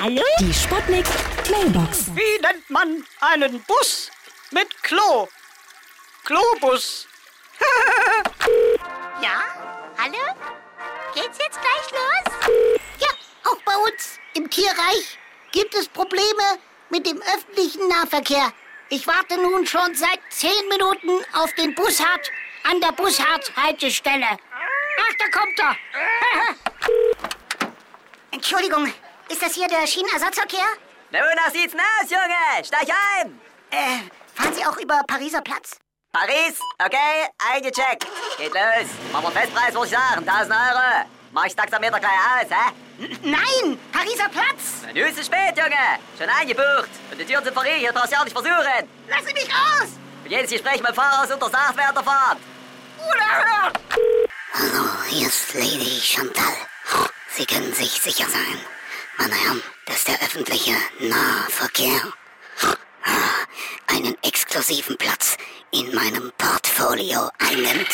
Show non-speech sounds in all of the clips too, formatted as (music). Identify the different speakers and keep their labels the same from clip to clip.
Speaker 1: Hallo?
Speaker 2: Die Sputnik Mailbox.
Speaker 3: Wie nennt man einen Bus mit Klo? Globus.
Speaker 1: Ja? Hallo? Geht's jetzt gleich los?
Speaker 4: Ja, auch bei uns im Tierreich gibt es Probleme mit dem öffentlichen Nahverkehr. Ich warte nun schon seit zehn Minuten auf den Bushard an der Bushard-Haltestelle. Ach, da kommt er. (laughs) Entschuldigung, ist das hier der Schienenersatzverkehr?
Speaker 5: Na, wonach sieht's aus, Junge? Steig ein!
Speaker 4: Äh, fahren Sie auch über Pariser Platz?
Speaker 5: Paris, okay, eingecheckt. Geht los. Machen wir Festpreis, muss ich sagen. 1000 Euro. Mach ich Taxameter gleich aus, hä?
Speaker 4: Nein, Pariser Platz!
Speaker 5: Na, nun ist es spät, Junge. Schon eingebucht. Und die Türen sind verriegelt, hier brauchst du ja nicht versuchen.
Speaker 4: Lassen Sie mich aus!
Speaker 5: Und jedes Gespräch mit dem Fahrer ist untersagt während der Fahrt.
Speaker 4: Unerhört!
Speaker 6: Hallo, hier ist Lady Chantal. Sie können sich sicher sein, meine Herren, dass der öffentliche Nahverkehr ah, einen exklusiven Platz in meinem Portfolio einnimmt.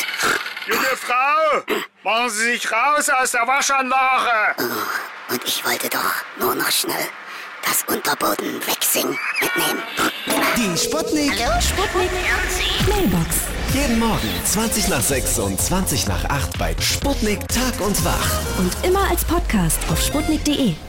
Speaker 7: Junge Frau, machen Sie sich raus aus der Waschanlage!
Speaker 6: Oh, und ich wollte doch nur noch schnell das Unterboden wegsingen mitnehmen.
Speaker 8: Die Sputnik.
Speaker 1: Hallo? Sputnik.
Speaker 2: Mailbox.
Speaker 8: Jeden Morgen 20 nach 6 und 20 nach 8 bei Sputnik Tag und Wach.
Speaker 2: Und immer als Podcast auf sputnik.de.